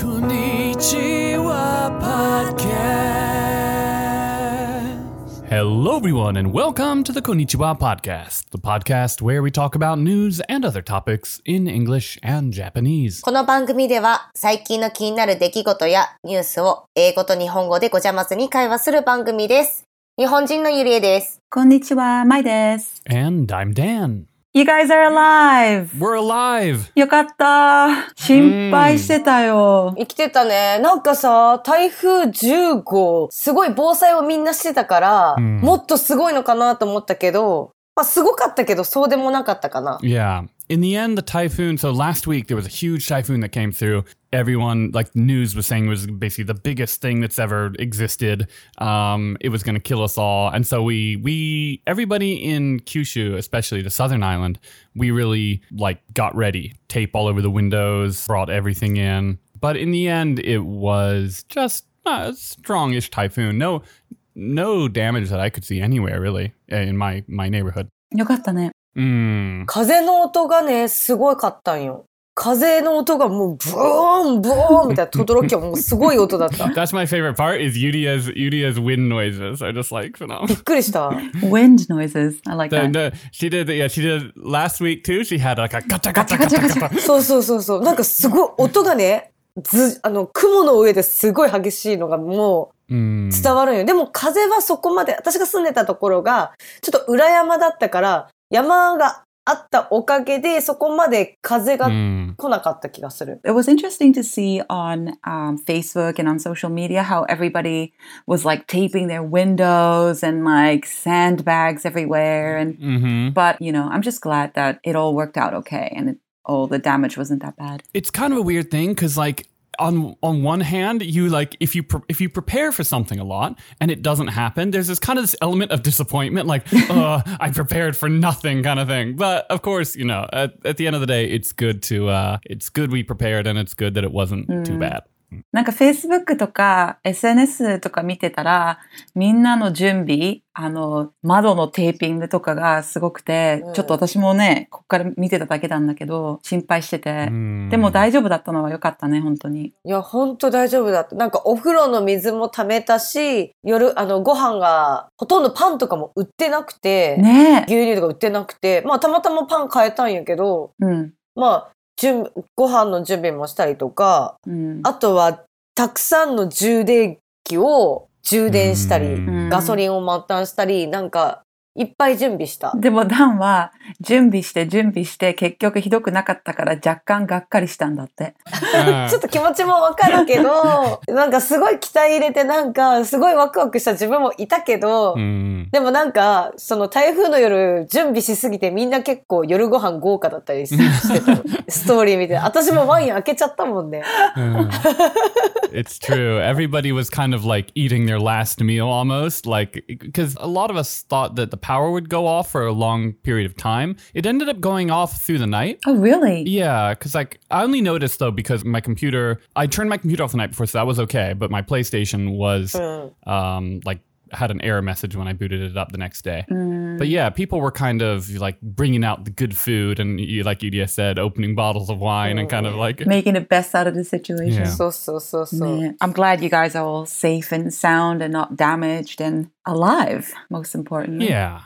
こんにちは、podcast. Hello, everyone, and welcome to the Konnichiwa Podcast, the podcast where we talk about news and other topics in English and Japanese. この番組では最近の気になる出来事やニュースを英語と日本語でごちゃまつに会話する番組です。日本人のゆりえです。こんにちは、まいです。 And I'm Dan. You guys are alive! We're alive! よかった心配してたよ。生きてたね。なんかさ、台風10号、すごい防災をみんなしてたから、うんもっとすごいのかなと思ったけど、まあすごかったけど、そうでもなかったかな。 Yeah. In the end, the typhoon. So last week, there was a huge typhoon that came through. Everyone, like, news was saying was basically the biggest thing that's ever existed. Um, it was going to kill us all. And so we, we, everybody in Kyushu, especially the southern island, we really, like, got ready. Tape all over the windows, brought everything in. But in the end, it was just a strongish typhoon. No, no damage that I could see anywhere, really, in my, my neighborhood. よかったね。 Mm. 風の音がね、すごかったんよ。風の音がもう、ブーン、ブーンみたいな、とどろきはもうすごい音だった。Oh, That's my favorite part is Yudia's Yudia's wind noises are just like phenomenal. びっくりした。 Wind noises. I like The, that. the, she did yeah she did last week too. She had like a gotcha gotcha gotcha gotcha. そうそうそうそう。なんかすごい音がね、ず、あの、雲の上ですごい激しいのがもう Mm. 伝わるんよ。でも風はそこまで、私が住んでたところが、ちょっと裏山だったから、山があったおかげで、そこまで風が Mm. 来なかった気がする。 It was interesting to see on um, Facebook and on social media how everybody was like taping their windows and like sandbags everywhere. And hmm but you know, I'm just glad that it all worked out okay and it, all the damage wasn't that bad. It's kind of a weird thing because like on on one hand you like if you pre- if you prepare for something a lot and it doesn't happen there's this kind of this element of disappointment like uh I prepared for nothing kind of thing but of course you know at, at the end of the day it's good to uh it's good we prepared and it's good that it wasn't too Mm. bad なんか Facebook とか SNS とか見てたらみんなの準備あの窓のテーピングとかがすごくて、うんちょっと私もねこっから見てただけなんだけど心配してて、 Mm. でも大丈夫だったのは良かったね本当にいや、ほんと大丈夫だった。なんかお風呂の水も溜めたし、夜、あの、ご飯が、ほとんどパンとかも売ってなくて、ねえ、牛乳とか売ってなくて、まあたまたまパン買えたんやけど、うんまあ、準ご飯の準備もしたりとか、うん、あとは、たくさんの充電器を Mm. 充電したり、うんガソリンを末端したり、なんか、いっぱい準備した。でもダンは準備して準備して結局ひどくなかったから若干がっかりしたんだってあーちょっと気持ちもわかるけ ど、なんかすごい期待入れて、なんかすごいワクワクした自分もいたけど、うんでもなんか、その台風の夜、準備しすぎてみんな結構夜ご飯豪華だった りししてた。ストーリー見て。私もワイン開けちゃったもんね。 it's true. Everybody was kind of like eating their last meal almost, like because a lot of us thought that the power would go off for a long period of time. It ended up going off through the night. Oh really? Yeah, because like I only noticed though because my computer, I turned my computer off the night before, so that was okay. But my PlayStation was うん。 um, like had an error message when I booted it up the next day. うん But yeah, people were kind of like bringing out the good food and you- like Udia said, opening bottles of wine and kind of like Making the best out of the situation. Yeah. そうそうそうそう。 Man, I'm glad you guys are all safe and sound and not damaged and alive, most importantly. Yeah.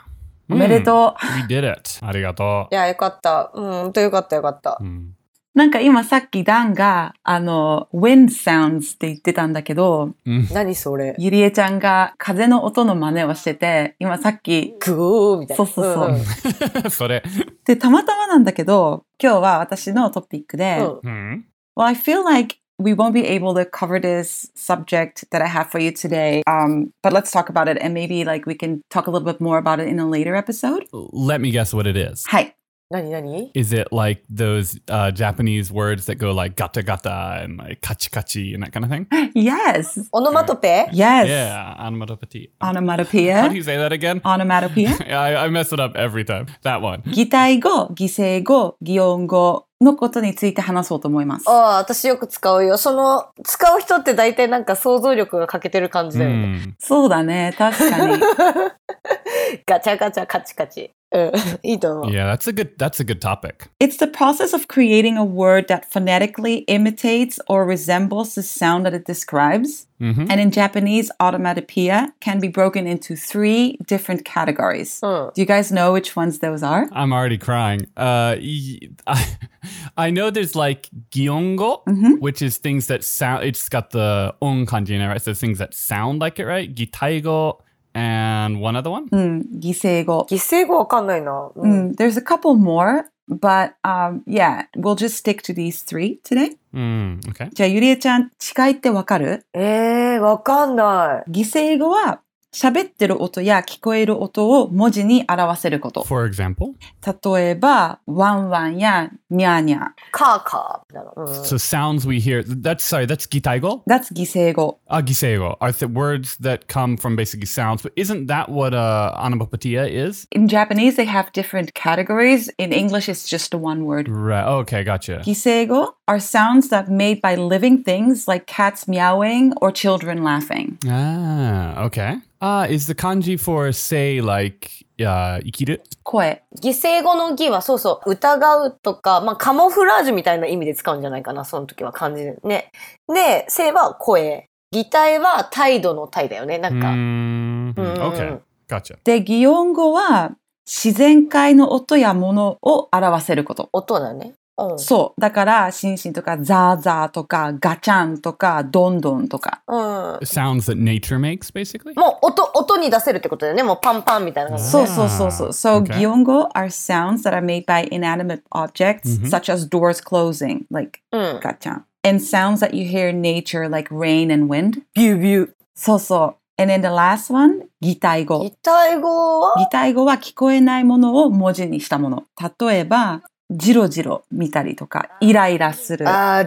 おめで Mm, とう。 we did it. ありがといや、よかった。うん、ほんとよかったよかったう。。 うんなんか今さっきダンが、あの、wind sounds って言ってたんだけど、うん何それゆりえちゃんが風の音の真似をしてて、今さっき、グーみたいな。そうそうそうそれ。で、たまたまなんだけど、今日は私のトピックで、うん。うん Well, I feel like we won't be able to cover this subject that I have for you today, um, but let's talk about it and maybe like we can talk a little bit more about it in a later episode. Let me guess what it is. はい。何何 Is it like those uh, Japanese words that go like gata gata and like kachi kachi and that kind of thing? Yes! オノマトペ Yes. Yeah, onomatopoeia. How do Onomatopoeia. you say that again? Onomatopoeia. I, I mess it up every time. That one. 擬態語、擬声語、擬音語のことについて話そうと思いますあ。Oh. あ、私よく使うよ。その、使う人って大体なんか想像力が欠けて る感じだよね。 Mm. そうだね、確かに。ガチャガチャカチカチ。うん、 いいと思う。 Yeah, that's a good that's a good topic. It's the process of creating a word that phonetically imitates or resembles the sound that it describes. hmm And in Japanese, automatopoeia can be broken into three different categories. うん。 Do you guys know which ones those are? I'm already crying. Uh, y- I, I know there's like gyongo, Mhm. which is things that sound. It's got the on kanji in it, right? So things that sound like it, right? Gitaigo and one other one. Mm, giseigo. 犠牲語わかんないな。うん Mm, there's a couple more, but um, yeah, we'll just stick to these three today. Mm, okay. じゃあ、ゆりえちゃん、違いってわかるえー、わかんない。犠牲語は、喋ってる音や聞こえる音を文字に表せること。 For example, 例えば、ワンワンやニャーニャー。カーカーみたいな。うん so sounds we hear. That's sorry. That's gitaigo. That's 犠牲語。 Ah, giseigo are the words that come from basically sounds. But isn't that what uh, onomatopoeia is? In Japanese, they have different categories. In English, it's just one word. Right. Okay, gotcha. Gisego are sounds that made by living things like cats meowing or children laughing. Ah, okay. Ah, is the kanji for say like uh, ikiru? 声。犠牲語の義はそうそう、疑うとか、まあカモフラージュみたいな意味で使うんじゃないかな、その時は感じでね。で、性は声。擬態は態度の態だよね、なんか。 Mm, Mm. Okay, gotcha. で、擬音語は自然界の音やものを表せること。音だよね。うん。そう。だから、シンシンとかザーザーとかガチャンとかドンドンとか。うん。 Sounds that nature makes, basically. もう音、音に出せるってことだよね。もうパンパンみたいな感じ、ね。そうそうそうそう。So, okay. 擬音語 are sounds that are made by inanimate objects, Mhm. such as doors closing, like うん。 Gotcha. And sounds that you hear in nature like rain and wind. ビュービュー。 So so. And then the last one, 擬態語。擬態語は擬態語は聞こえないものを文字にしたもの。例えば、ジロジロ見たりとか、イライラするとか、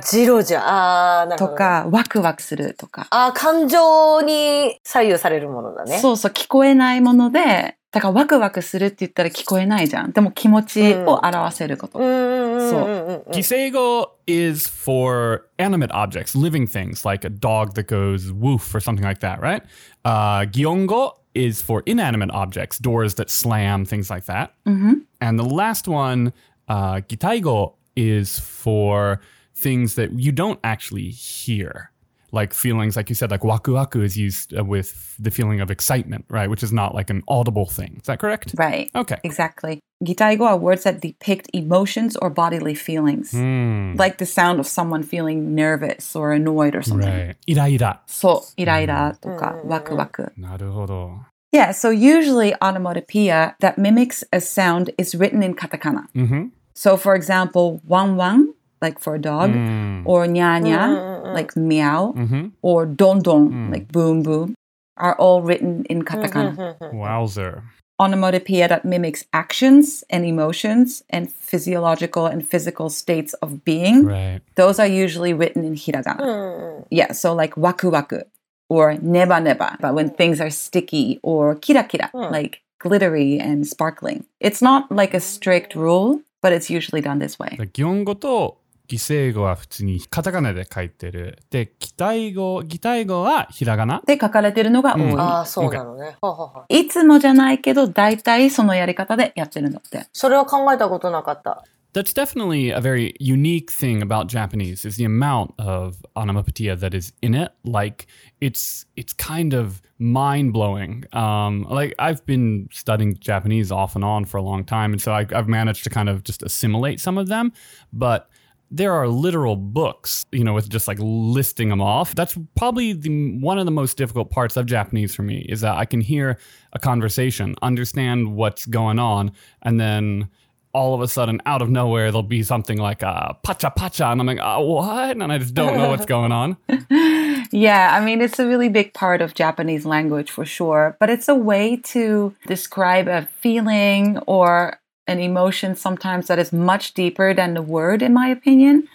ワクワクするとか。ああ、ジロジロ。ああ、なるほど。ああ、感情に左右されるものだね。そうそう、聞こえないもので、だからワクワクするって言ったら聞こえないじゃん。でも気持ちを表せること。うんうんうんうんうんうん。Mm. Giseigo is for animate objects, living things, like a dog that goes woof or something like that, right? Uh, gyongo is for inanimate objects, doors that slam, things like that. うん、 And the last one, uh, gitaigo, is for things that you don't actually hear. Like feelings, like you said, like waku waku is used uh, with the feeling of excitement, right? Which is not like an audible thing. Is that correct? right. Okay. Exactly. 擬態語 are words that depict emotions or bodily feelings. Hmm. like the sound of someone feeling nervous or annoyed or something. right. Ira ira. そう、イライラとか、うん。ワクワク。 Naruhodo. Yeah, so usually onomatopoeia that mimics a sound is written in katakana. Mm-hmm. So for example, wang wang, like for a dog, Hmm. or nya nya, Hmm. like meow, Mm-hmm. or don don, Mm. like boom boom, are all written in うん katakana. うんうんうん Wowzer. Onomatopoeia that mimics actions and emotions and physiological and physical states of being, Right. those are usually written in hiragana. Mm. うんうん。 Yeah, so like waku waku or neba neba, but when things are sticky or kira kira, Hmm. like glittery and sparkling. It's not like a strict rule, but it's usually done this way. 擬音語と擬声語は普通にカタカナで書いてる。で、擬態語、擬態語はひらがな。うん。あで、書かれてるのが多い。あ、そうなのね。はあはあはあいつもじゃないけど、大体そのやり方でやってるんだって。それは考えたことなかった。 That's definitely a very unique thing about Japanese is the amount of onomatopoeia that is in it. Like it's it's kind of mind blowing. Um, like I've been studying Japanese off and on for a long time, and so I, I've managed to kind of just assimilate some of them. But there are literal books, you know, with just like listing them off. That's probably the, one of the most difficult parts of Japanese for me is that I can hear a conversation, understand what's going on, and then all of a sudden, out of nowhere, there'll be something like uh, pacha pacha, and I'm like, uh what? And I just don't know what's going on. Yeah, I mean, it's a really big part of Japanese language for sure, but it's a way to describe a feeling or an emotion sometimes that is much deeper than the word, in my opinion.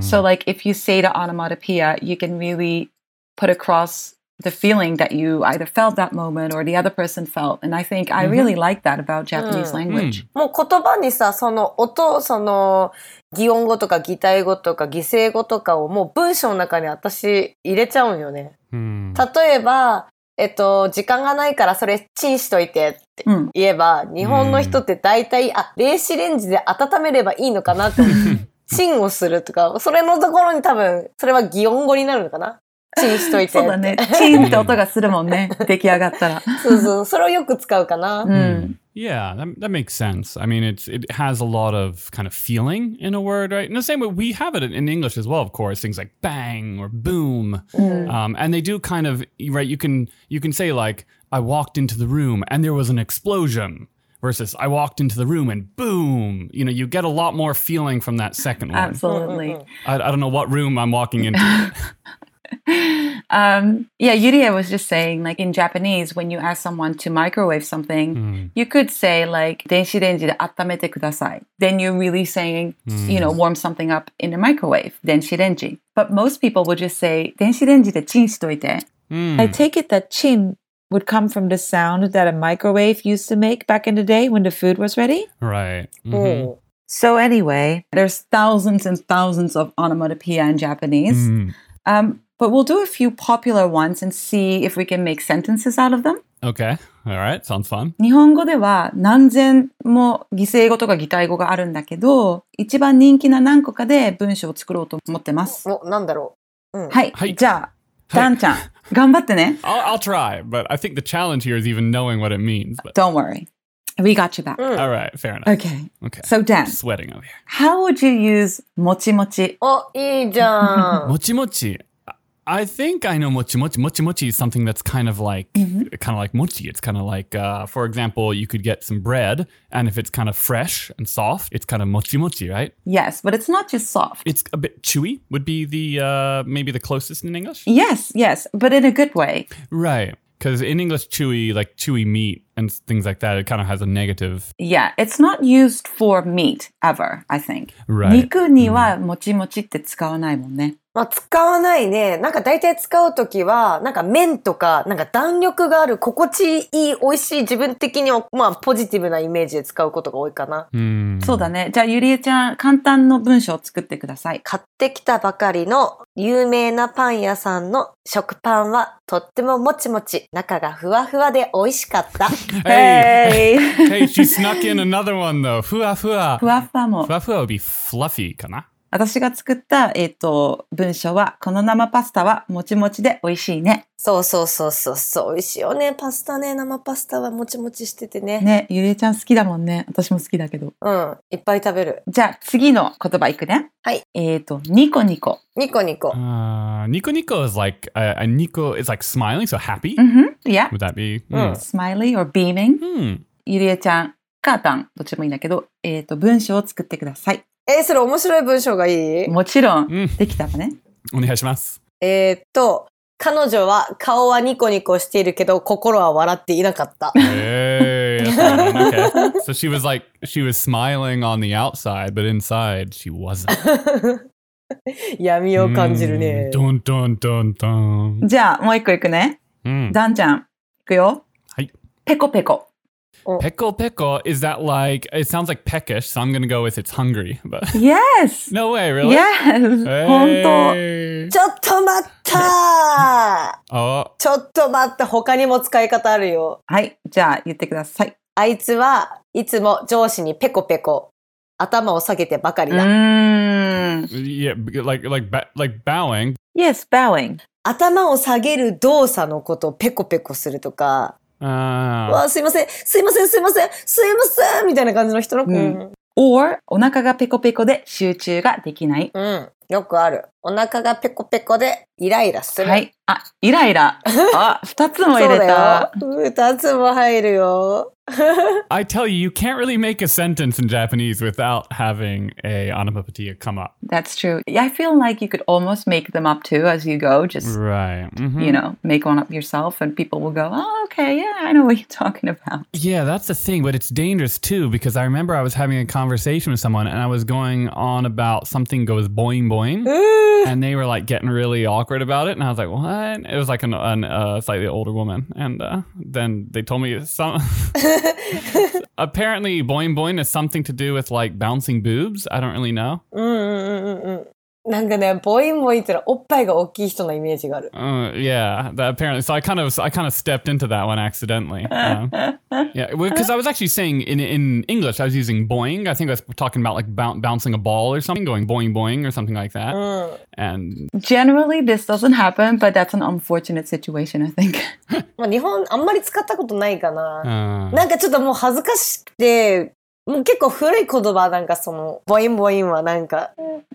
So, like, if you say the onomatopoeia, you can really put across the feeling that you either felt that moment or the other person felt. And I think I Mhm. really like that about Japanese Mm. language. もう言葉にさ、その音、その、擬音語とか擬態語とか擬声語とかをもう文章の中に私入れちゃうんよね。 Hmm. 例えば、えっと、時間がないからそれチンしといてってうん言えば、日本の人って大体、あ、電子レンジで温めればいいのかなと思って、チンをするとか、それのところに多分、それは擬音語になるのかなチンしといて。 そうだね。 チーンって音がするもんね。出来上がったら。そうそう。それをよく使うかな。Mm. うん。 Yeah, that, that makes sense. I mean, it's it has a lot of kind of feeling in a word, right? In the same way we have it in, in English as well, of course. Things like bang or boom, うん。Mm. um, and they do kind of right. You can you can say like I walked into the room and there was an explosion versus I walked into the room and boom. You know, you get a lot more feeling from that second one. Absolutely. I, I don't know what room I'm walking into. Um, yeah, Yuria was just saying, like in Japanese, when you ask someone to microwave something, Mm. Hmm. you could say like "denshirenji de atamete kudasai." Then you're really saying, you know, warm something up in the microwave, denshirenji. But most people would just say "denshirenji de chin shitoite." Mm. I Mm. take it that chin would come from the sound that a microwave used to make back in the day when the food was ready. right. う Mhm. ん So anyway, There's thousands and thousands of onomatopoeia in Japanese. Mm. Um, but we'll do a few popular ones and see if we can make sentences out of them. Okay. All right. Sounds fun. 日本語では何千も犠牲語とか擬態語があるんだけど、一番人気な何個かで文章を作ろうと思ってます。お、なんだろう。うん。はい。はいじゃあ、ダンちゃん、頑張ってね。 I'll, I'll try, but I think the challenge here is even knowing what it means. But Don't worry. We got you back. うん all right, fair enough. Okay. Okay. So, Dan, Sweating over here. how would you use もちもちお、いいじゃん。 Mochi mochi. I- I think I know mochi mochi. Mochi mochi is something that's kind of like, kind of like mochi. It's kind of like, uh, for example, you could get some bread, and if it's kind of fresh and soft, it's kind of mochi mochi, right? Yes, but it's not just soft. It's a bit chewy. Would be the uh, maybe the closest in English. Yes, yes, but in a good way. Right. Because in English, chewy, like chewy meat and things like that, it kind of has a negative. Yeah, it's not used for meat ever, I think. Right. 肉にはもちもちって使わないもんね。まあ、使わないね。なんか大体使うときは、なんか麺とか、なんか弾力がある、心地いい、美味しい、自分的には、まあ、ポジティブなイメージで使うことが多いかな。 Mm. そうだね。じゃあ、ゆりえちゃん、簡単の文章を作ってください。買ってきたばかりの有名なパン屋さんの食パンはとってももちもち、中がふわふわで美味しかった。 Hey. Hey. hey, she snuck in another one though. Fua fua. ふわふわも Fua。fua would be fluffy, kana. 私が作った、えっ、と、文章は、この生パスタはもちもちで美味しいね。そうそうそうそうそう、美味しいよね。パスタね、生パスタはもちもちしててね。ね、ゆりえちゃん好きだもんね。私も好きだけど。うん、いっぱい食べる。じゃあ、次の言葉いくね。はい。えっ、と、ニコニコ。ニコニコ。 Uh, nico nico is like uh, a nico is like smiling, so happy. うんふん。Yeah. Would that be? Mm. Smiley or beaming. Hmm. ゆりえちゃん、かーたん、どっちもいいんだけど、えっ、と、文章を作ってください。えーそれ面白い文章がいいもちろん、 Mm. できたらね。お願いします。えーっと、彼女は顔はニコニコしているけど心は笑っていなか った。 Hey, that's right. okay. So she was like she was smiling on the outside, but inside she wasn't. Hmm. 闇を感じるね。 Dun dun dun dun. じゃあ、もう一個いくね。 Mm. ダンちゃん、いくよ。はい。ペコペコ。 Pickle pickle is that like it sounds like peckish, so I'm gonna go with it's hungry. But Yes! no way, really. Yes! 本 Hey. ちょっと待ったあ、ちょっと待った他にも使い方あるよ。当はい。じゃあ、言ってください。あいつはいつも上司にペコペコ、頭を下げてばかりうだ。ーん。 yeah, like like ba- like bowing. yes, bowing. 頭を下げる動作のことをペコペコするとか、 Ah, わあすいません、すいません、すいません、すいませんみたいな感じの人の、うん or お腹がペコペコで集中ができない。うん、うん、よくある。お腹がペコペコでイライラする。はい。あ、イラ イラ。あ、二つもそ入うれだよた。。二つも入るよ。 I tell you, you can't really make a sentence in Japanese without having a onomatopoeia come up. That's true. Yeah, I feel like you could almost make them up too as you go. Just, Right. mhm. you know, make one up yourself and people will go, oh, okay, yeah, I know what you're talking about. Yeah, that's the thing, but it's dangerous too because I remember I was having a conversation with someone and I was going on about something goes boing boing. And they were like getting really awkward about it, and I was like, "What?" It was like an, an uh, slightly older woman, and uh, then they told me some. Apparently, boing boing is something to do with like bouncing boobs. I don't really know. うんうんうんうんうん。なんかね、ボインボインってのはおっぱいが大きい人のイメージがある。 Uh, yeah, that apparently. So I kind of, I kind of stepped into that one accidentally. Um, yeah, because I was actually saying in in English, I was using boing. I think I was talking about like boun bouncing a ball or something, going boing boing or something like that. うん。 And Generally, this doesn't happen, but that's an unfortunate situation, I think. まあ日本あんまり使ったことないかな。 uh, なんかちょっともう恥ずかしくて、もう結構古い言葉なんかその、ボインボインはなんか、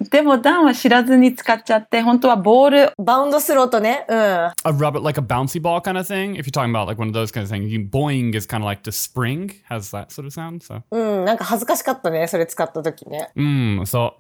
でも、ダンは知らずに使っちゃって、本当はボール、バウンドスローとね、うん。 a rubber, like a bouncy ball kind of thing. If you're talking about like one of those kind of things, you, boing is kind of like to spring, has that sort of sound. So, うん、なんか恥ずかしかったね、それ使った時 ね。 mm, so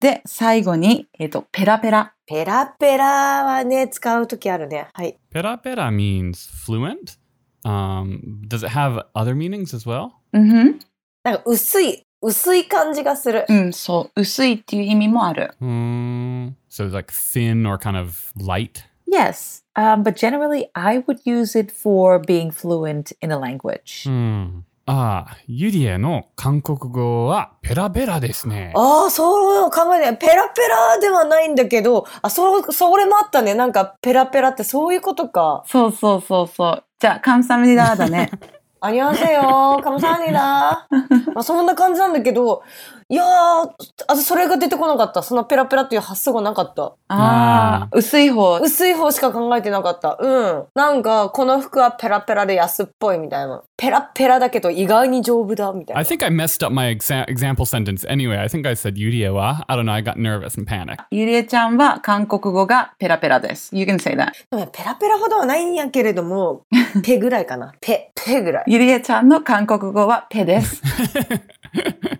で、最後に、えっ、と、ペラペラ。ペラペラはね、使う時あるね。はい。 pera pera means fluent. Um, does it have other meanings as well? うんふんなんか薄い、薄い感じがする。うん、そう。薄いっていう意味もある。 Mm, so like thin or kind of light. Yes, um, but generally I would use it for being fluent in a language. うんああ、ユリエの韓国語はペラペラですね。ああ、そう考えない。ペラペラではないんだけど、あ、そう、それもあったね。なんかペラペラってそういうことか。そうそうそうそう。じゃあ、カムサムニダーだ ね。ありませよ。カムサハニだ。まあそんな感じなんだけど、いやー、あそれが出てこなかった。そのペラペラっていう発想がなかった。ああ、薄い方。薄い方しか考えてなかった。うん。なんか、この服はペラペラで安っぽいみたいな。ペラペラだけど意外に丈夫だみたいな I。think I messed up my exa example sentence anyway. I think I said ユリエは I don't know, I got nervous and panicked. ゆりえちゃんは韓国語がペラペラです。You can say that. でもねペラペラほどはないんやけれども、ペぐらいかな。ペ、ペぐらい。ゆりえちゃんの韓国語はペです。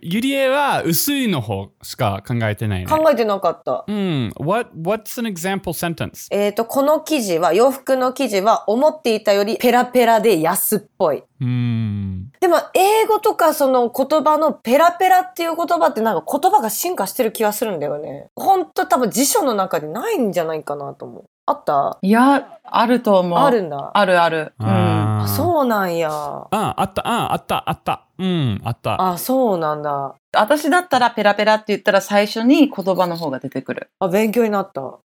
ユリエは薄いの方しか考えてないね。考えてなかった。うん。What, what's an example sentence? えっ、と、この生地は、洋服の生地は思っていたよりペラペラで安っぽい。うん。でも、英語とかその言葉のペラペラっていう言葉ってなんか言葉が進化してる気がするんだよね。ほんと多分辞書の中でないんじゃないかなと思う。あったいや、あると思う。あるんだ。あるある。うん。ああーそうなんや。あ、あった、あ、あった、あった。うん、あった。あ、そうなんだ。私だったらペラペラって言ったら最初に言葉の方が出てくる。あ、勉強になった。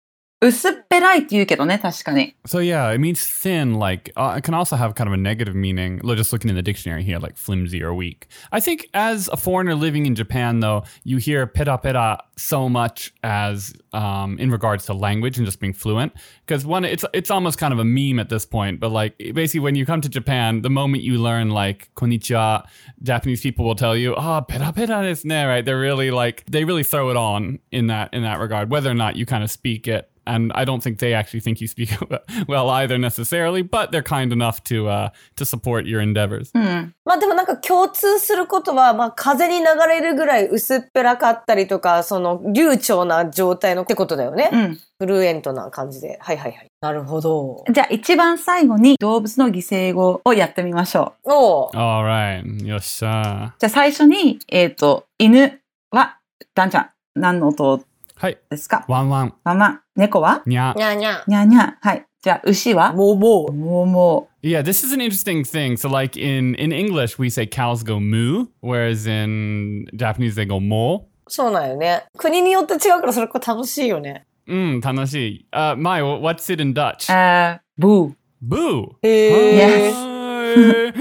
薄っぺらいって言うけどね、確かに。 So yeah, it means thin. Like uh, it can also have kind of a negative meaning. Look, Just looking in the dictionary here, like flimsy or weak. I think as a foreigner living in Japan, though, you hear pera pera so much as um, in regards to language and just being fluent. Because one, it's it's almost kind of a meme at this point. But like basically, when you come to Japan, the moment you learn like konnichiwa, Japanese people will tell you, "Ah, pera pera desu ne." Right? They're really like they really throw it on in that in that regard, whether or not you kind of speak it and I don't think they actually think you speak well either necessarily, but they're kind enough to uh, to support your endeavors. うん。まあでもなんか共通することは、まあ風に流れるぐらい薄っぺらかったりとか、その流暢な状態のってことだよね。うん。フルエントな感じで。はいはいはい。なるほど。じゃあ一番最後に動物の犠牲語をやってみましょう。おう All right, yosha. じゃあ最初に、えっ、と、犬は、ダンちゃん、何の音 Hi, ですか wan wan ママ、猫は nya. にゃーにゃにゃにゃ。はい。じゃあ牛はもうもう。もうも Yeah, this is an interesting thing. So, like in in English, we say cows go moo, whereas in Japanese they go mo. そうなんよね。国によって違うからそれこれ楽しいよね。 Mm, tanashi. Uh, Mai, wh- what's it in Dutch? う。えー、ブ Boo. へえ。 Yes.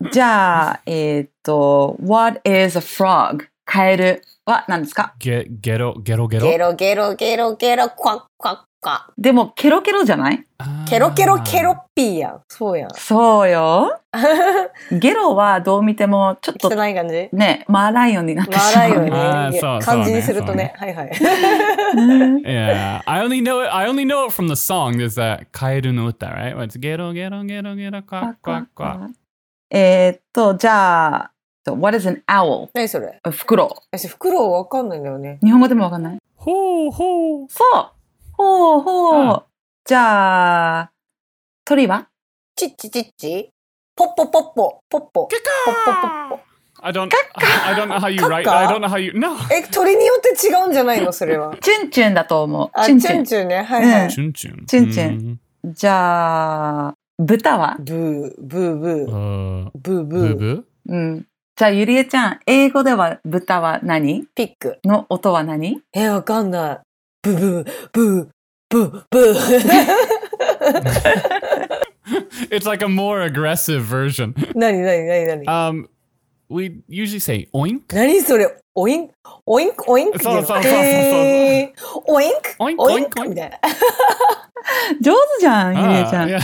ー。じゃあ、えっ、と、what is a frog? カエルは何ですか Get gero gero ゲ gero. ロゲロゲロゲロ、クワックワックワでも、ケロケロじゃない Ah. ケロケロケロッピーやん。そうやん。そうよ。ゲロはどう見てもちょっと汚い感じね、マーライオンになってしま笑う。いよあーね。そう感じにするとね。はい はい。 Yeah, I only know it. I only know it from the song. There's that Kaeru no Uta, right? Where it's gero gero gero gero quack quack quack. えーっと、じゃあ、What is an owl? 何それフクロ私、フクロウわかんないんだよね。ウ。日本語でもわかんない Ho ho. そうほうほうあ。じゃあ、鳥は。チッチチッチポッポポッポ、ポッポ。ポッポポッポ。 I don't. I don't know how you write. Caca? I don't know how you. No. え、鳥によって違うんじゃないのそれはチュンチュンだと思う。あ、チチュュンンチチュン。ュンね。はいはうい。ん Chun chun. Chun Mm-hmm. chun. じゃあ、豚はブー、ブーブー、 Uh, ブーブー。 boo boo. うん。じゃあ、ゆりえちゃん、英語では豚は何ピック。の音は何え、わかんない。ブブー、ブー、ブー、ブー。 It's like a more aggressive version. 何何何何 Um, we usually say oink. 何それオインオインオインって言そううそうそうのそうへーオインクオインクオインオインクオインククみたいな。上手じゃん、ゆりえちゃ Ah, ん。 yeah.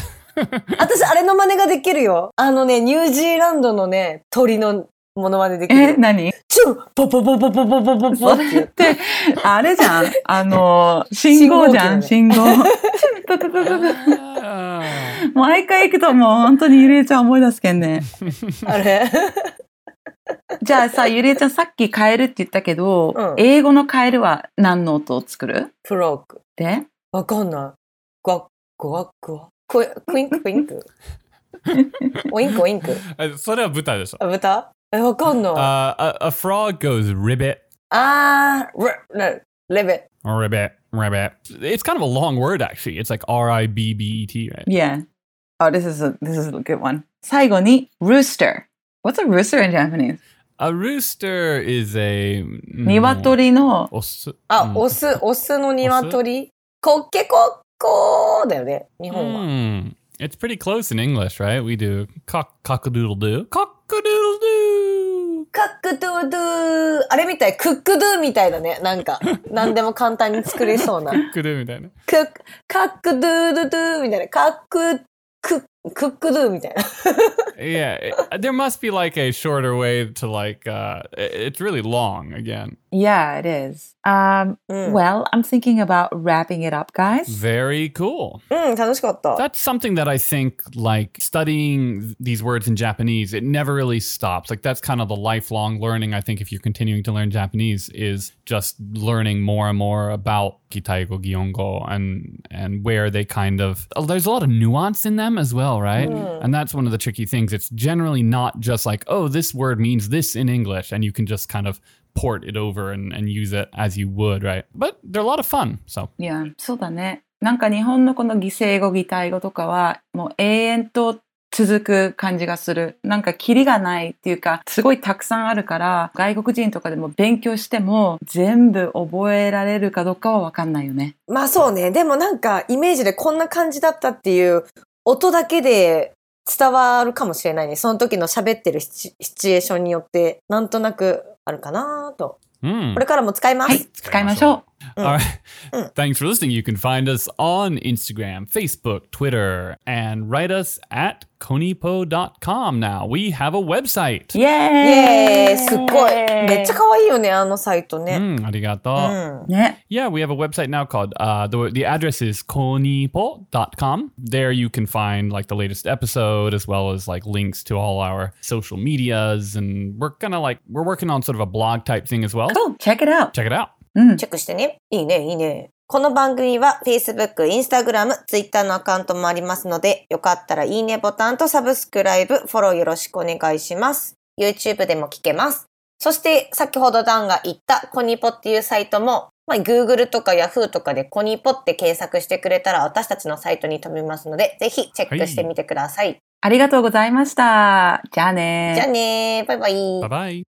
私、あれの真似ができるよ。あのね、ニュージーランドのね、鳥のモノマネできえ、る。何チュンポポポポポポポポポそっていれっう。て、あれじ ゃん。あの、信号じゃん、信号。ププ プププ Ah. 毎回行くともう本当にゆりえちゃん思い出すけんね。あれじゃあさ、ゆりえちゃんさっきカエルって言ったけど、うん英語のカエルは何の音を作るプローク。でわかんない。ゴワゴワゴワ。クイクインククインク。オインクオインク。それは豚でしょ。あ、豚え、わかんない。あ Uh, a, a frog goes ribbit, あー、レなレベ。 ribbit, ribbit. It's kind of a long word, actually. It's like R I B B E T, right? Yeah. Oh, this is a, this is a good one. 最後に、rooster. What's a rooster in Japanese? A rooster is a. mm, 鶏の、オス。あ、うん。オス、オスの鶏。コッケコッコーだよね、日本は。 Mm. It's pretty close in English, right? We do cock cockadoodle doo. Cockadoodle doo. カックドゥドゥー。あれみたい、クックドゥみたいだね。なんか、なんでも簡単に作れそうな。クッ、カックドゥドゥドゥみたいな。カック、クッ、クックドゥみたいな。 yeah, it- uh, there must be like a shorter way to like uh i- it's really long again. Yeah, it is. Um, うん、 well, I'm thinking about wrapping it up, guys. Very cool. うん、楽しかった。 That's something that I think like studying these words in Japanese, it never really stops. Like that's kind of the lifelong learning I think if you're continuing to learn Japanese is just learning more and more about Kitaigo Gyongo and and where they kind of oh, there's a lot of nuance in them as well, right? Mm. And that's one of the tricky things. It's generally not just like, oh, this word means this in English and you can just kind of port it over and, and use it as you would, right? But they're a lot of fun. So Yeah, そうだね。なんか日本のこの犠牲語、擬態語とかは、もう永遠と続く感じがする。なんかキリがないっていうか、すごいたくさんあるから、外国人とかでも勉強しても、全部覚えられるかどうかはわかんないよね。まあそうね。でもなんか、イメージでこんな感じだったっていう音だけで伝わるかもしれないね。その時の喋ってるシチシチュエーションによって、なんとなくあるかなと。 mm. これからも使います。はい、使いましょう。 Mm. All right. Mm. Thanks for listening. You can find us on Instagram, Facebook, Twitter, and write us at conipo.com now. We have a website. イイエーイエーイすっごいめっちゃ可愛いよね、あのサイトね。 Mm, う arigato. ん。ね。 Yeah, we have a website now called uh, the the address is konipo.com. There you can find like the latest episode as well as like links to all our social medias and we're gonna like we're working on sort of a blog type thing as well. Cool! Check it out! Check it out. うん。チェックしてね。いいね、いいね。この番組は Facebook、Instagram、Twitter のアカウントもありますので、よかったらいいねボタンとサブスクライブ、フォローよろしくお願いします。YouTube でも聞けます。そして、先ほどダンが言ったコニポっていうサイトも、まあ、Google とか Yahoo とかでコニポって検索してくれたら私たちのサイトに飛びますので、ぜひチェックしてみてください。ありがとうございました。じゃあねじゃあねー、バイバイ。 Bye bye.